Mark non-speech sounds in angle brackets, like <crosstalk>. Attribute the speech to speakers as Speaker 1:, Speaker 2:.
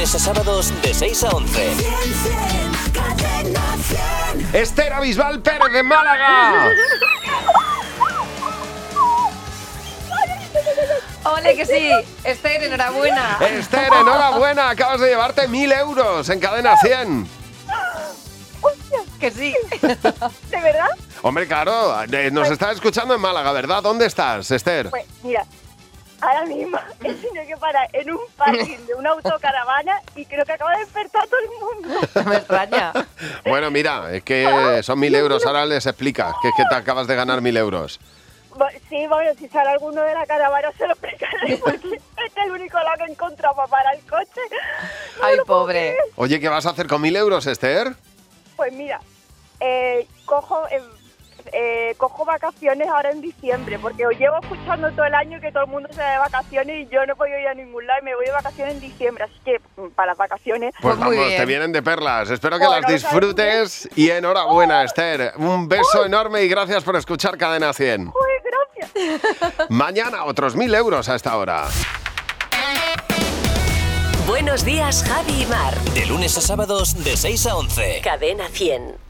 Speaker 1: a sábados de 6 a 11.
Speaker 2: Esther Abisbal Pérez de Málaga.
Speaker 3: Ole, que sí. Esther, enhorabuena.
Speaker 2: Esther, enhorabuena. Acabas de llevarte mil euros en cadena 100.
Speaker 3: Que sí.
Speaker 4: Eh. ¿De verdad?
Speaker 2: Hombre, claro, eh, nos estás escuchando en Málaga, ¿verdad? ¿Dónde estás, Esther?
Speaker 4: Pues mira, ahora mismo he tenido que parar en un parking de una autocaravana y creo que acaba de despertar todo el mundo.
Speaker 3: <laughs> Me extraña.
Speaker 2: Bueno, mira, es que son mil euros. Ahora les explicas que es que te acabas de ganar mil euros.
Speaker 4: Bu- Sí, bueno, si sale alguno de la caravana se lo explicaré porque este es el único lado que he encontrado para parar el coche. No
Speaker 3: Ay,
Speaker 4: lo puedo
Speaker 3: pobre.
Speaker 4: creer.
Speaker 2: Oye, ¿qué vas a hacer con mil euros, Esther?
Speaker 4: Pues mira, eh, cojo... eh, eh, cojo vacaciones ahora en diciembre porque os llevo escuchando todo el año que todo el mundo se va de vacaciones y yo no he podido ir a ningún lado y me voy de vacaciones en diciembre así que mm, para las vacaciones
Speaker 2: Pues
Speaker 3: Pues muy
Speaker 2: vamos, te
Speaker 3: bien.
Speaker 2: vienen de perlas. Espero que
Speaker 4: Bueno,
Speaker 2: las
Speaker 4: lo sabes muy bien.
Speaker 2: disfrutes y enhorabuena, Esther. Un beso enorme y gracias por escuchar Cadena 100.
Speaker 4: Joder, pues, gracias
Speaker 2: Mañana otros mil euros a esta hora.
Speaker 5: Buenos días, Javi y Mar.
Speaker 1: De lunes a sábados de 6 a 11.
Speaker 5: Cadena 100.